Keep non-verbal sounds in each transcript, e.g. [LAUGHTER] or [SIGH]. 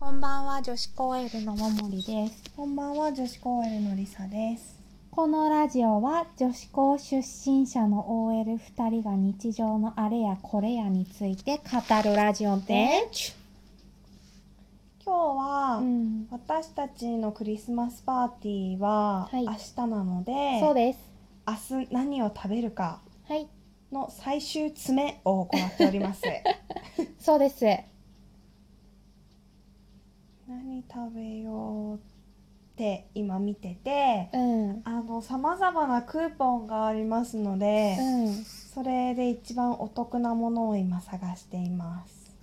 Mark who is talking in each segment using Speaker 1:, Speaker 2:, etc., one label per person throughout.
Speaker 1: こんばんは、女子高 L のももりです。
Speaker 2: こんばんは、女子高 L のりさです。
Speaker 1: このラジオは女子高出身者の OL 二人が日常のあれやこれやについて語るラジオで
Speaker 2: 今日は、
Speaker 1: す。うん、
Speaker 2: 私たちのクリスマスパーティーは、
Speaker 1: はい
Speaker 2: 明日なので
Speaker 1: そうです。
Speaker 2: 明日何を食べるか
Speaker 1: はい、
Speaker 2: の最終詰めを行っており [LAUGHS] ます。
Speaker 1: そうです。
Speaker 2: 何食べようって今見てて、
Speaker 1: うん、うん、
Speaker 2: あの様々なクーポンがありますので、それで一番お得なものを今探しています。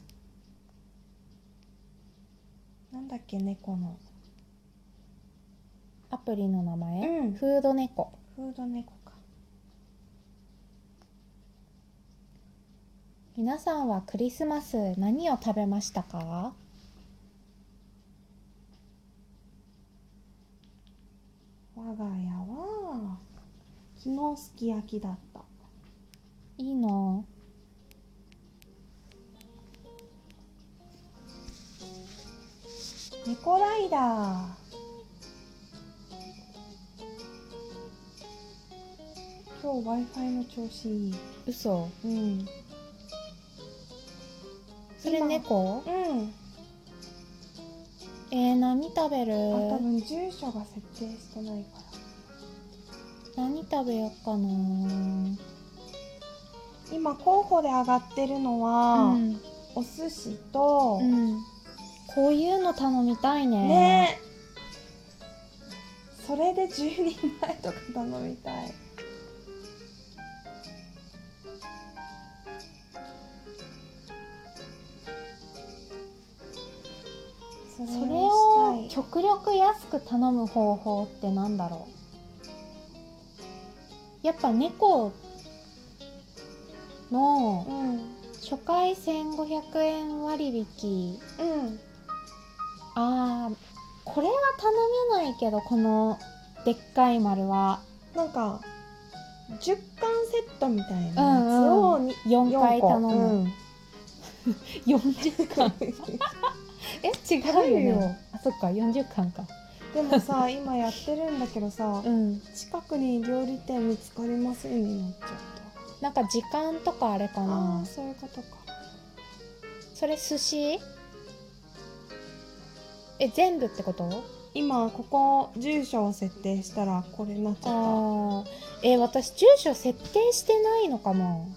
Speaker 2: なんだっけ猫の
Speaker 1: アプリの名前、
Speaker 2: うん
Speaker 1: フード猫。
Speaker 2: フード猫か。
Speaker 1: 皆さんはクリスマス何を食べましたか？
Speaker 2: 我が家は昨日すき焼きだった
Speaker 1: いいな
Speaker 2: 猫ライダー今日 w i f i の調子いい
Speaker 1: ぁ。嘘。
Speaker 2: うん
Speaker 1: それ
Speaker 2: 今
Speaker 1: 猫？
Speaker 2: うん
Speaker 1: えー、何食べる？
Speaker 2: あ多分住所が設定してないから
Speaker 1: 何食べようかなぁ。
Speaker 2: 今候補で上がってるのは、
Speaker 1: うん。
Speaker 2: お寿司と、
Speaker 1: うん、こういうの頼みたいね
Speaker 2: ねそれで10人前とか頼みたいそれ
Speaker 1: それを
Speaker 2: したい
Speaker 1: 極力安く頼む方法ってなんだろうやっぱ猫の
Speaker 2: うん
Speaker 1: 初回1500円割引
Speaker 2: うん
Speaker 1: あーこれは頼めないけどこのでっかい丸は
Speaker 2: なんか10巻セットみたいなやつを
Speaker 1: うん
Speaker 2: に
Speaker 1: 4回
Speaker 2: 四個
Speaker 1: 頼む、
Speaker 2: うん
Speaker 1: 40巻え違うよ
Speaker 2: 違う
Speaker 1: ね
Speaker 2: よ
Speaker 1: あそっか40巻か
Speaker 2: でもさ今やってるんだけどさ
Speaker 1: うん
Speaker 2: 近くに料理店見つかりませんになっちゃった
Speaker 1: なんか時間とかあれか
Speaker 2: あ
Speaker 1: な
Speaker 2: あそういうことか
Speaker 1: それ寿司え全部ってこと
Speaker 2: 今ここ住所を設定したらこれになっち
Speaker 1: あ
Speaker 2: ゃっ
Speaker 1: ーえ私住所設定してないのかも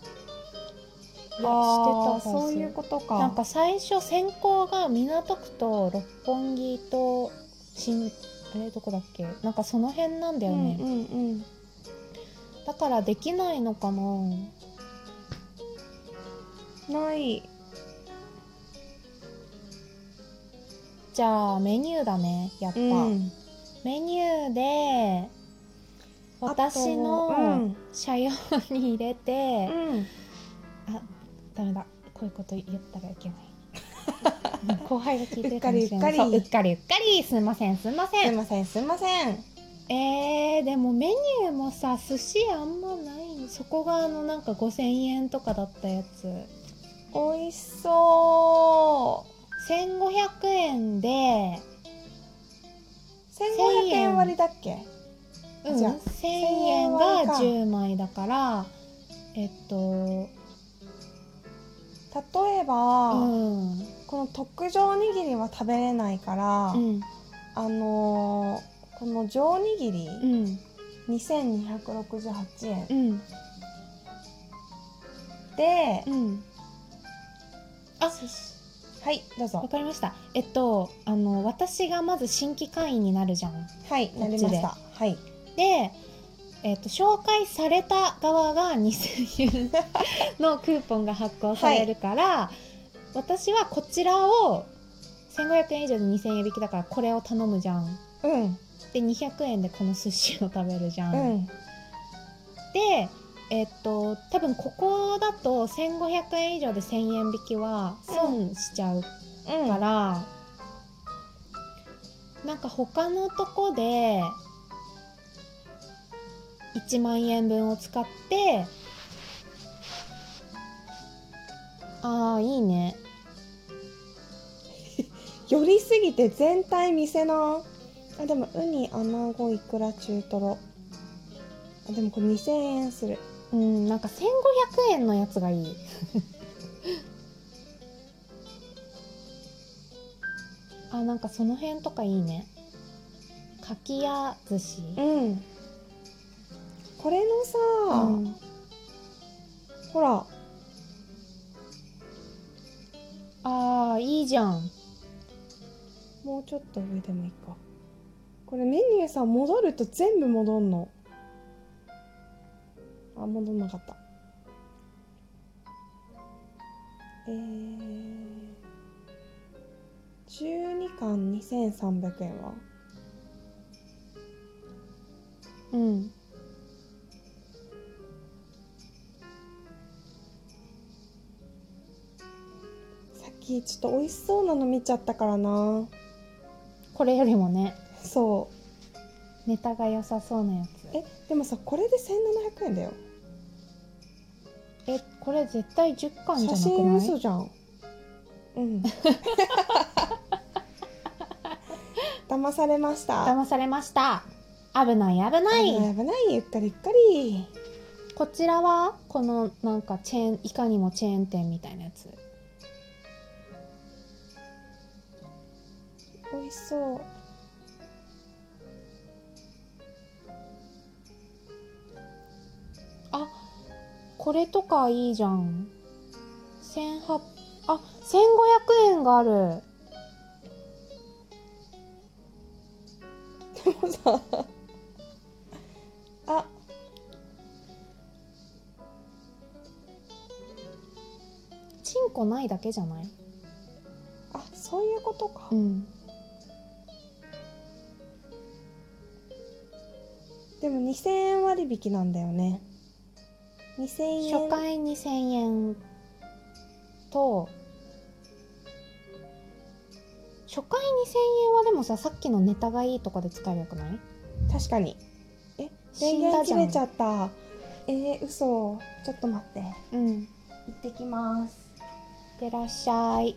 Speaker 1: い
Speaker 2: た
Speaker 1: や
Speaker 2: あー
Speaker 1: してたは
Speaker 2: そう
Speaker 1: ず
Speaker 2: いうことか
Speaker 1: なんか最初先行が港区と六本木と新えどこだっけなんかその辺なんだ
Speaker 2: う
Speaker 1: よ
Speaker 2: ん
Speaker 1: ね、
Speaker 2: うんうん
Speaker 1: だからできないのかな
Speaker 2: ない
Speaker 1: じゃあメニューだねやっぱ、
Speaker 2: うん
Speaker 1: メニューで
Speaker 2: あと
Speaker 1: 私の社用に入れて、
Speaker 2: うんうん
Speaker 1: ダメだこういうこと言ったらいけないうん
Speaker 2: [LAUGHS]
Speaker 1: 後輩が聞いてるかもしれ
Speaker 2: うっ
Speaker 1: な
Speaker 2: か
Speaker 1: い
Speaker 2: り
Speaker 1: そうう
Speaker 2: う
Speaker 1: っ
Speaker 2: っ
Speaker 1: かりうっかりすいませんすいますせ
Speaker 2: い
Speaker 1: ん
Speaker 2: ませんすいません
Speaker 1: えー、でもメニューもさ寿司あんまないそこがあのなんか5,000円とかだったやつ
Speaker 2: 美味しそう
Speaker 1: 1500円で
Speaker 2: 1500円割だっけ
Speaker 1: うん
Speaker 2: じゃあ
Speaker 1: 1,000円
Speaker 2: 割
Speaker 1: が
Speaker 2: か
Speaker 1: 10枚だからえっと
Speaker 2: 例えば、
Speaker 1: うん
Speaker 2: この特上おにぎりは食べれないから、
Speaker 1: うん
Speaker 2: あのーこの上おにぎり
Speaker 1: うん
Speaker 2: 2268円
Speaker 1: うん
Speaker 2: で、
Speaker 1: うんあ
Speaker 2: はいどう
Speaker 1: わ
Speaker 2: ぞ
Speaker 1: かりました。えっと、あの、私がまず新規会員になるじゃん。
Speaker 2: はいなりましたはい
Speaker 1: で、えっと、紹介された側が2000円のクーポンが発行されるから、私はこちらを1500円以上で2000円引きだからこれを頼むじゃん。
Speaker 2: うん
Speaker 1: で、200円でこの寿司を食べるじゃん。
Speaker 2: うん、
Speaker 1: で、えっと、多分ここだと1500円以上で1000円引きは損しちゃう
Speaker 2: うん、
Speaker 1: から、なんか他のとこで1万円分を使ってああいいね
Speaker 2: 寄りすぎて全体店のあでもウニ穴子いくら中トロあでもこれ2000円する
Speaker 1: うんなんか1500円のやつがい [LAUGHS] いあなんかその辺とかいいねかきや寿司
Speaker 2: うんこれのさ、
Speaker 1: うん
Speaker 2: ほら
Speaker 1: あーいいじゃん
Speaker 2: もうちょっと上でもいいかこれメニューさ戻ると全部戻んのあ戻んなかったえー、12巻2300円は
Speaker 1: うん
Speaker 2: さっきちょっと美味しそうなの見ちゃったからな
Speaker 1: これよりもね
Speaker 2: そ
Speaker 1: ネタが良さそうなや
Speaker 2: うえでもさこれで1700円だよ
Speaker 1: つえこれ絶対10巻じゃ
Speaker 2: 写
Speaker 1: なく
Speaker 2: 真
Speaker 1: ない
Speaker 2: 嘘じゃんうん
Speaker 1: [LAUGHS]
Speaker 2: 騙されました
Speaker 1: 騙されました危ない危な
Speaker 2: 危
Speaker 1: い、
Speaker 2: ない危ないゆったりゆっかり
Speaker 1: こちらはこのなんかチェーンいかにもチェーン店みたいなやつ
Speaker 2: 美味しそう
Speaker 1: これとかいいじゃん1800あ1500円がある
Speaker 2: でもさあ
Speaker 1: チンコないだけじゃない
Speaker 2: あそういうことか、
Speaker 1: うん
Speaker 2: でも2000円割引なんだよね2000円
Speaker 1: 初回2000円と初回2000円はでもささっきのネタがいいとかで使えばよくない
Speaker 2: 確かにえ
Speaker 1: 死
Speaker 2: 電
Speaker 1: んだ
Speaker 2: 源
Speaker 1: じ
Speaker 2: 切
Speaker 1: ゃん
Speaker 2: れちゃったえー、嘘ちょっと待って行
Speaker 1: うん
Speaker 2: ってきます
Speaker 1: いってらっしゃい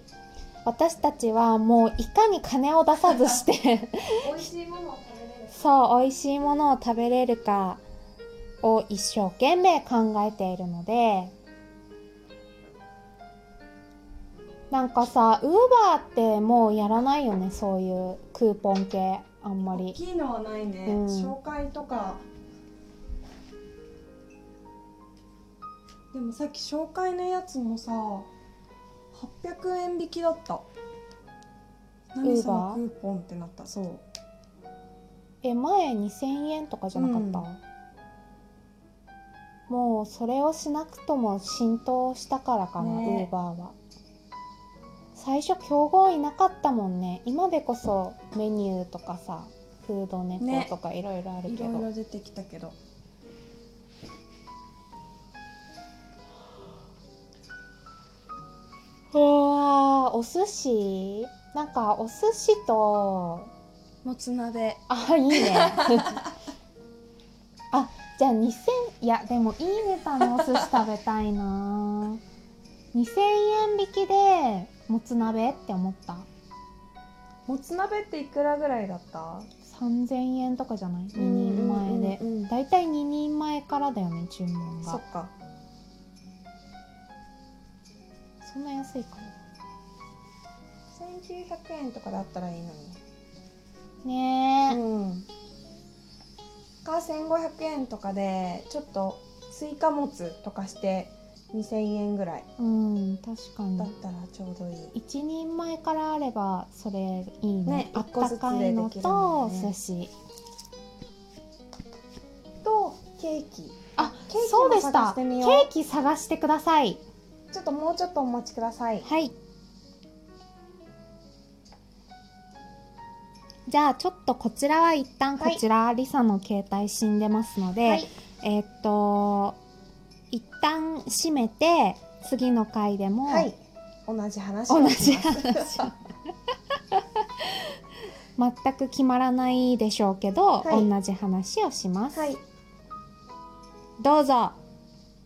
Speaker 1: 私たちはもういかに金を出さずして [LAUGHS]
Speaker 2: 美味しいものを食べれる
Speaker 1: そう美味しいものを食べれるかを一生懸命考えているのでなんかさウーバーってもうやらないよねそういうクーポン系あんまり
Speaker 2: きいのはないね
Speaker 1: うん
Speaker 2: 介とかでもさっき紹介のやつもさ800円引きだった何そ
Speaker 1: Uber？
Speaker 2: のクーポンってなったそう
Speaker 1: え前2000円とかじゃなかった、もうそれをしなくとも浸透したからかなウ
Speaker 2: ね
Speaker 1: ーバーは最初競合いなかったもんね今でこそメニューとかさフードネッ
Speaker 2: ね
Speaker 1: トとかいろいろある
Speaker 2: い
Speaker 1: けど、
Speaker 2: ろいろ出てきたけど
Speaker 1: うわーお寿司なんかお寿司と
Speaker 2: もつ鍋
Speaker 1: あいいね [LAUGHS] あじゃあ2000いやでもいい値段のお寿司食べたいな2000円引きでもつ鍋って思った
Speaker 2: もつ鍋っていくらぐらいだった
Speaker 1: 3000円とかじゃない2人前で
Speaker 2: うんうんうんうん
Speaker 1: だいたい2人前からだよね注文
Speaker 2: そ
Speaker 1: が
Speaker 2: っか
Speaker 1: そんな安いかな
Speaker 2: 1900円とかだったらいいのに
Speaker 1: ねえ、
Speaker 2: うん、か1500円とかでちょっと追加もつとかして2000円ぐらい
Speaker 1: うん、確か
Speaker 2: だっ
Speaker 1: に
Speaker 2: たらちょうどいい、
Speaker 1: 1人前からあればそれいいね
Speaker 2: ね
Speaker 1: あっ
Speaker 2: 一個ず
Speaker 1: た
Speaker 2: つ
Speaker 1: か
Speaker 2: で
Speaker 1: いの
Speaker 2: できるも
Speaker 1: と
Speaker 2: んね
Speaker 1: 寿司
Speaker 2: とケーキ
Speaker 1: あ
Speaker 2: ケーキ
Speaker 1: そう
Speaker 2: も
Speaker 1: でした
Speaker 2: 探してみよ
Speaker 1: ケーキ探してくださいう
Speaker 2: ちょっともうちょっとお待ちください
Speaker 1: はい。じゃあちょっとこちらは一旦こ
Speaker 2: はい
Speaker 1: ちら、リサの携帯死んでますので、
Speaker 2: はい
Speaker 1: えーっと一旦閉めて次の回でも
Speaker 2: はい同じ話
Speaker 1: 同
Speaker 2: を
Speaker 1: じ
Speaker 2: します
Speaker 1: 話を全く決まらないでしょうけど、
Speaker 2: はい
Speaker 1: 同じ話をします、
Speaker 2: [LAUGHS] はい
Speaker 1: どうぞ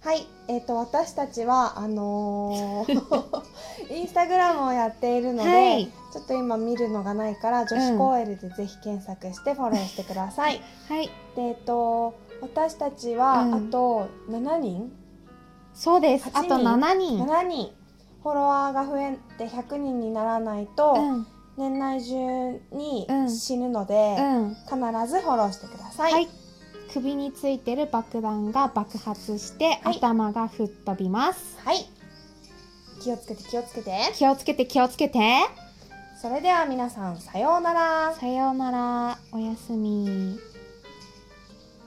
Speaker 2: はい、えっ、と私たちはあのー、インスタグラムをやっているので、
Speaker 1: はい
Speaker 2: ちちょっと今見るのがないから女子高 L でぜひ検索してフォローしてください。
Speaker 1: はい
Speaker 2: でえっと私たちは
Speaker 1: う
Speaker 2: あ
Speaker 1: ん
Speaker 2: と7人、
Speaker 1: そうですあ
Speaker 2: 八人
Speaker 1: と7人
Speaker 2: 7人フォロワーが増えて100人にならないと、
Speaker 1: うん
Speaker 2: 年内中に
Speaker 1: うん
Speaker 2: 死ぬので、
Speaker 1: うん
Speaker 2: 必ずフォローしてください。
Speaker 1: はい首についてる爆弾が爆発して
Speaker 2: はい
Speaker 1: 頭が吹っ飛びます
Speaker 2: はい気をつけて気をつけて
Speaker 1: 気をつけて気をつけて
Speaker 2: それでは皆さんさようなら
Speaker 1: さようならおやすみ